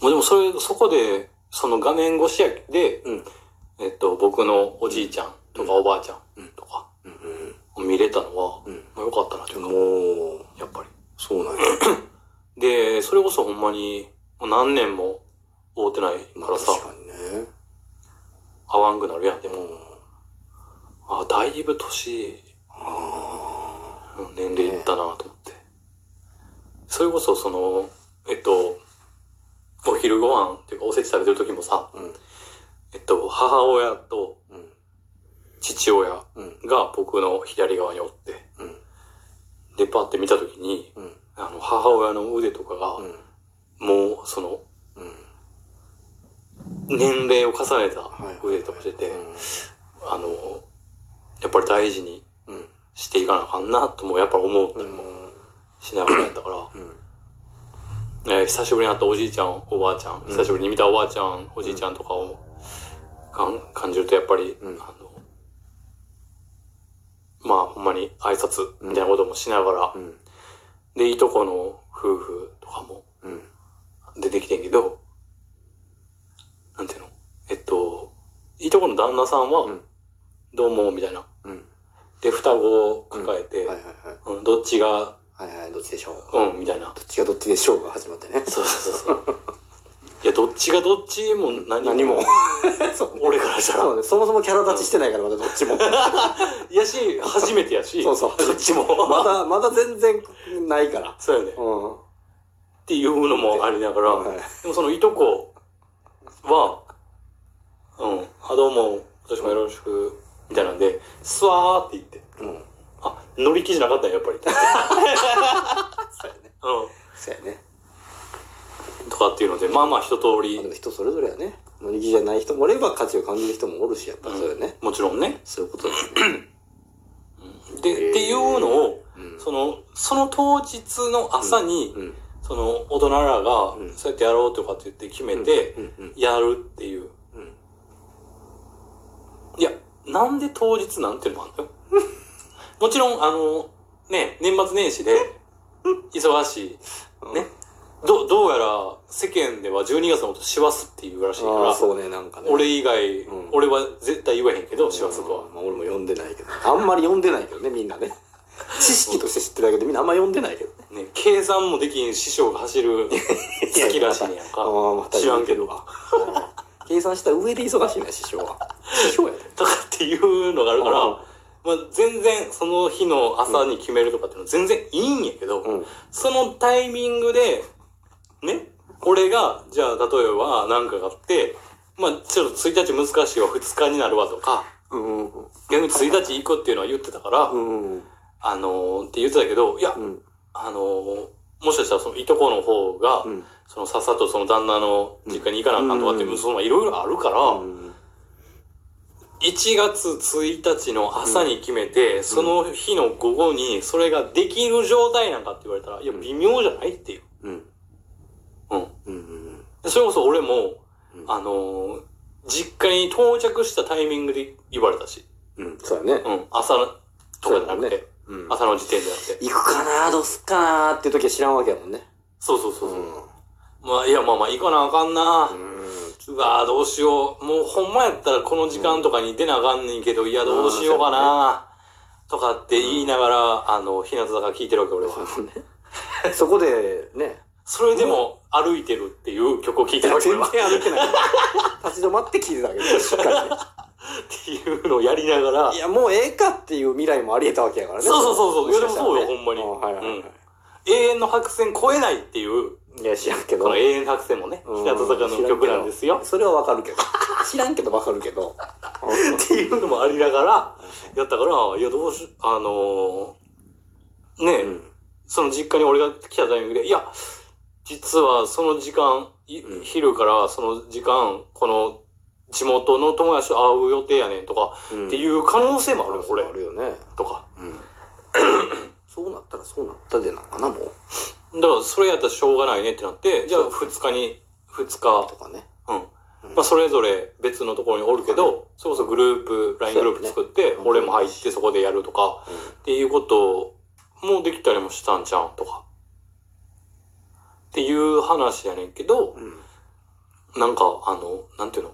もうでもそれ、そこで、その画面越しやで、うんえっと、僕のおじいちゃんとかおばあちゃんとか、うんうん見れたのは、うんまあ、よかったなというか、もうやっぱり。そうなんやで、それこそほんまに、もう何年も会うてないまかあらさ、確かにね会わんくなるやん。でうも、んあ、だいぶ年、あうん年齢いったなと思って。それこそ、その、えっと、お昼ご飯っていうか、おせち食べてる時もさ、ーうんえっと、母親とうん父親うんが僕の左側におって、うんで、パって見た時に、うんあの、母親の腕とかうが、んもう、その、うん年齢を重ねたはい腕とかしててう、んあの、やっぱり大事にうんしていかなあかんなとも、やっぱ思ううんしながらやったから、うんえー久しぶりに会ったおじいちゃん、おばあちゃん、久しぶりに見たおばあちゃん、おじいちゃんとかをかん感じると、やっぱり、うんあの、まあ、ほんまに挨拶みたいなこともしながら、うんで、いとこの夫婦とかもうん出てきてんけど、なんていうのえっと、いとこの旦那さんうはん、どうも、みたいな。うんで、双子を抱えて、はいはいはいうん、どっちが、はいはいどっちでしょうどっうん、みたいな。ちがどっちでしょうが始まってねそうそうそう そう。いや、どっちがどっちも何も。何もそうね 俺からしたそうら。ねそもそもキャラ立ちしてないからまだどっちもいやし、初めてやし。そうそうどっちも。まだまだ全然ないからそうやね。っうんていうのもありながら、はいでもそのいとこは、うん、あ、どうも、今年もよろしく、みたいなんで、スワーって言って、うんあ、乗り気じゃなかったんや、やっぱり。 そうやねうそうやねん。とかっていうので、まあまあ一通まあでり、も人それぞれやね乗り気じゃない人もおれば価値を感じる人もおるしやっぱそうよね、もちろんね。そういうことですねで、へーっていうのを、うんその、その当日の朝に、うんその大人らがう、んそうやってやろうとかって言って決めてう、んうんやるっていう。うんいや、なんで当日なんていうのもあるのよ。 もちろん、あの、ね、年末年始で、忙しい。ね。ど、どうやら、世間では12月のこと、師走っていうらしいかああら、そうねなんかね俺以外、うん俺は絶対言わへんけど、師走とはは。まあ俺も読んでないけどあんまり読んでないけどねみんなね知識として知ってるだけでみんなあんま読んでないけどねね、計算もできん師匠が走 る好きらしいねやんあか。あまた知らんけど。計算した上で忙しいね師匠は師匠やでとかっていうのがあるから、うんまあ、全然その日の朝に決めるとかっていうのは全然いいんやけど、うんそのタイミングで、ね、俺が、じゃあ、例えば何かがあって、まあ、ちょっと1日難しいわ、2日になるわとか、うん逆に1日行くっていうのは言ってたから、うんうんあのー、って言ってたけど、いや、うんあのー、もしかしたらそのいとこの方が、うんそのさっさとその旦那の実家に行かなあかんとかって、うんそのいろいろあるから、うん1月1日の朝に決めて、その日の午後にそれができる状態なんかって言われたら、いや、微妙じゃないっていう。うんうん。うんでそれこそ俺も、うんあのー実家に到着したタイミングで言われたし。うんそうやねうん。朝とかじゃなくて、そうだねうん朝の時点じゃなくて。行くかなどうすっかなっていう時は知らんわけやもんねそうそうそううそう、んまあ、いや、まあまあ、行かなあかんな、うわあどうしよう。もうほんまやったらこの時間とかに出なあかんねんけど、いや、どうしようかな、とかって言いながら、あの、日向坂聞いてるわけ、俺は。そこでねそれでも、歩いてるっていう曲を聴いてるわ全け俺然は。歩っけない立ち止まって聞いてたわけです よしっかりねていうのをやりながらい、やもうええかっていう未来もありえたわけやからねそうそうそうそうもしかしたらねいやでもそうよほんまにあはいはいは永遠の白線超えないっていう、いいや知らんけどこの永遠の白線もね、うん日向坂の曲なんですよ。それはわかるけど知らんけどわかるけどって いうのもありながら、やったから、いや、どうし、あのーねえ、うんその実家に俺が来たタイミングで、いや、実はその時間、いうん昼からその時間、この地元の友達と会う予定やねんとか、ってういう可能性もあるよ、んこれあ。るよねとか。 そうなったらそうなったでなんかなもうだから、それやったらしょうがないねってなって、じゃあ、二日に、二日と、かねうん。まあ、それぞれ別のところにおるけど、それこそグループ、LINE グループ作って、ね俺も入ってそこでやるとか、っていうこともできたりもしたんじゃんとか。っていう話やねんけど、うん。なんか、あの、なんていうの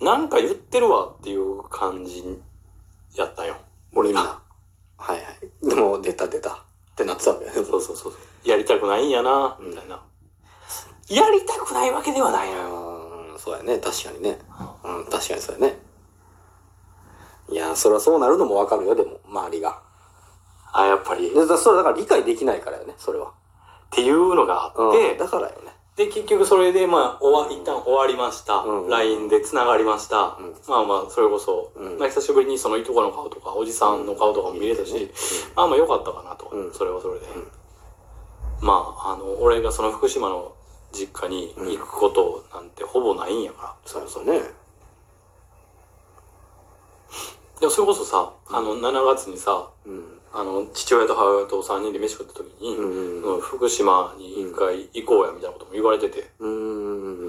なんか言ってるわっていう感じやったんよ。俺今、はいはい。でも、出た出たってなってたんだよね。そうそうそう。やりたくないんやな、みたいな。やりたくないわけではないのよ。うん、そうやね。確かにね。うん、確かにそうやね。いや、そりゃそうなるのもわかるよ、でも、周りが。あ、やっぱり。っでだそれはだから理解できないからよね、それは。ていうのがあっうん、て、だからよね。で、結局それで、まあ、終わ、一旦終わりました。うん LINE で繋がりました。うんまあまあ、それこそ、うんまあ久しぶりにそのいとこの顔とか、おじさんの顔とかも見れたし、うんまあまあ良かったかなと、うんそれはそれで。まあ、あの、俺がその福島の実家に行くことなんてほぼないんやから。そうそうね。でもそれこそさ、あの、7月にさ、うん。あの、父親と母親と3人で飯食った時に、うんその福島に一回行こうやみたいなことも言われてて、うん。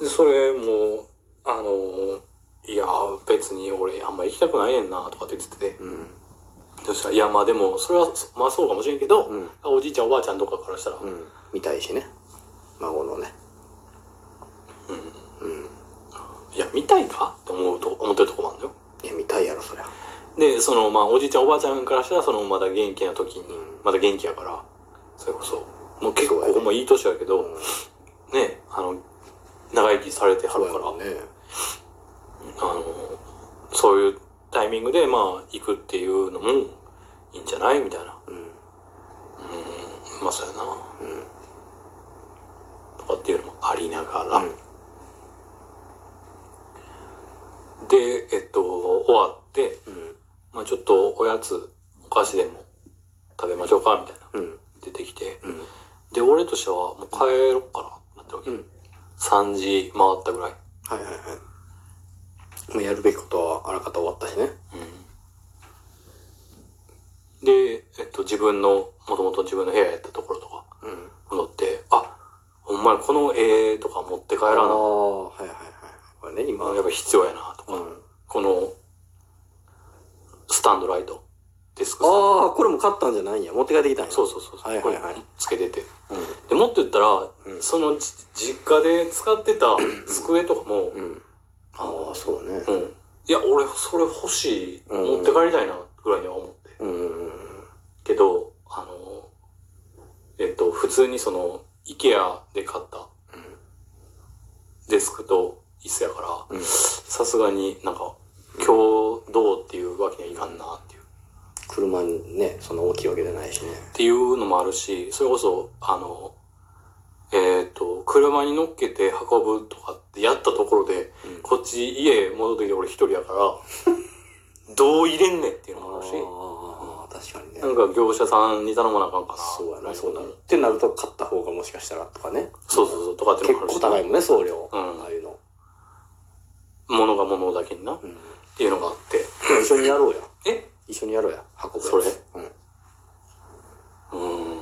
でそれも、あの、いや、別に俺あんま行きたくないねんな、とかって言ってて、うん。そしたら、いや、まあでも、それは、まあそうかもしれんけど、うんおじいちゃんおばあちゃんとかからしたら、うん。見たいしね。孫のね。いや、見たいかって思うと、思ってるとこもあるんだよ。いや、見たいやろ、そりゃ。で、その、まあ、おじいちゃんおばあちゃんからしたら、その、まだ元気な時に、まだ元気やから、それこそ、もう結そうやね構、もういい年やけど、ね、あの、長生きされてはるから、ね。あの、そういうタイミングで、まあ、行くっていうのも、いいんじゃないみたいな。うん。まあ、そうやな。とかっていうのもありながら。で、えっと、終わって、うん。まあ、ちょっとおやつ、お菓子でも食べましょうか、みたいな。うん。出てきて、んで、俺としては、もう帰ろっかな、なってわけ。うん3時回ったぐらい。はいはいはい。もうやるべきことはあらかた終わったしね。で、えっと、自分の、もともと自分の部屋やったところとか、うん。戻って、あ、ほんまにこの絵とか持って帰あらあ、な、はいはいはい。これね、今。やっぱ必要やな、とか、うんこの、スタンドライト、デスクさん。ああ、これも買ったんじゃないんや。持って帰ってきたんや。そうそうそうそう、はいはいはいこれつけてて。で、もっと言ったら、そのじ実家で使って た机とかも、うん。うん。ああ、そうね。うん。いや、俺、それ欲しい。うん持って帰りたいな、ぐらいには思って。うん。うん。けど、あの、えっと、普通にその、IKEA で買った、デスクと椅子やから、うんさすがになんか、共同っていうわけにはいかんな、っていう。車にね、そんな大きいわけじゃないしね。っていうのもあるし、それこそ、あの、えっ、と、車に乗っけて運ぶとかってやったところで、こっち家戻ってきて俺一人やから、どう入れんねんっていうのもあるし、ああ、確かにね。なんか業者さんに頼まなあかんかな。そうやな、そうなる。る。ってなると、買った方がもしかしたらとかね。そうそうそう、とかって結のもあるし構、高いもんね、送料。うんああいうの。物が物だけにな、っうん。ていうのがあって。一緒にやろうや。え一緒にやろうや。運ぶやつそれうん。うーん。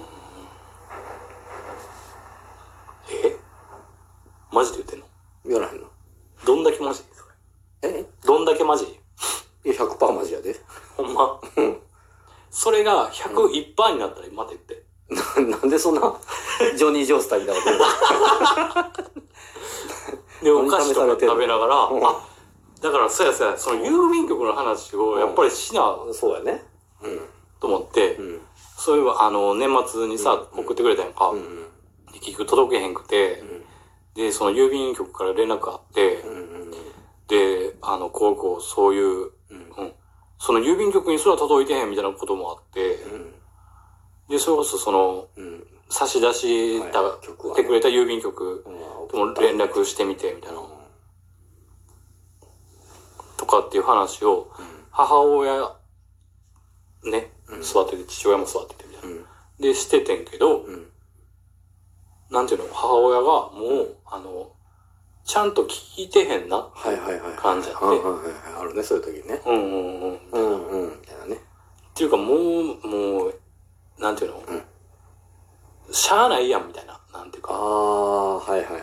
えマジで言ってんの言わらへんの。どんだけマジそれえどんだけマジいや、100%マジやで。ほんま。それが101%になったら待てって。ななんでそんな、ジョニー・ジョースターみたいなこと言うので、お何菓子と試さかれてんの食べながら、んあ、だからそうやそうや、その郵便局の話をやっぱりしなそうやね。と思って、んそういえばあの、年末にさ、送ってくれたやんか。で結局届けへんくて、で、その郵便局から連絡あって、で、あの、こうこう、そういう、うんその郵便局にすら届いてへんみたいなこともあって、で、それこそその、ん差し出しはいた、局はてねくれた郵便局うとも連絡してみて、みたいな、とかっていう話を、母親、ね、育てて、父親も育てて、みたいな、んで、しててんけど、んなんていうの、母親がもう、あの、ちゃんと聞いてへんな、はいはいはい。感じやってはいはいはいあるね、そういう時ね。うんうんうん。っうんうん。みたいなね。ていうか、もう、もう、なんていうの、しゃあないやん、みたいな。なんていうあか。あ、はいはいはい。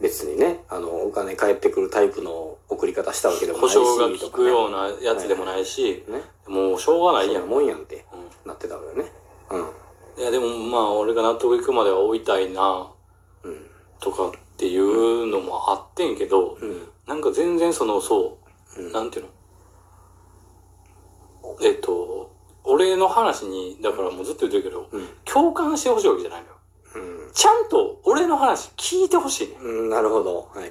別にね、あの、お金返ってくるタイプの送り方したわけでもな保いし。証が効くよううなやつでもないし、ね。もうしょうがないいややん。もんやんってうんなってたわよね。うん。いや、でもまあ、俺が納得いくまでは追いたいな、うん。とかっていうのもあってんけど、うん。なんか全然その、そう、うんなんていうのえっと、俺の話に、だからもうずっと言ってるけど、うん。共感してほしいわけじゃないのよ。ちゃんと俺の話聞いてほしいね。うん。なるほど。はい。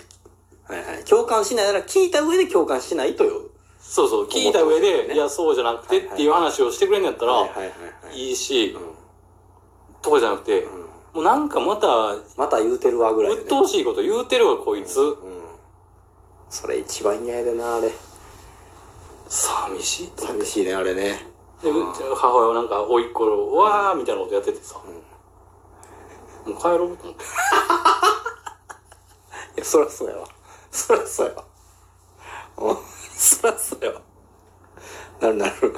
はいはい。共感しないなら聞いた上で共感しないという。そうそう、聞いた上思ってほしいで、ねいや、そうじゃなくてっていう話をしてくれんやったはら、いはいはいはい。いいしう、ん。とかじゃなくて、うんもうなんかまた、また言うてるわぐらいで、鬱ね。陶しいこと言うてるわ、こいつ。うん。それ一番嫌やでな、あれ。寂しいって。寂しいね、あれね。で、うちの母親はなんか、おいっ子の、わーみたいなことやっててさ、もう帰ろうと思って。いや、そらそうやわ。そらそうやわ。うん。そらそうやわ。なるなる。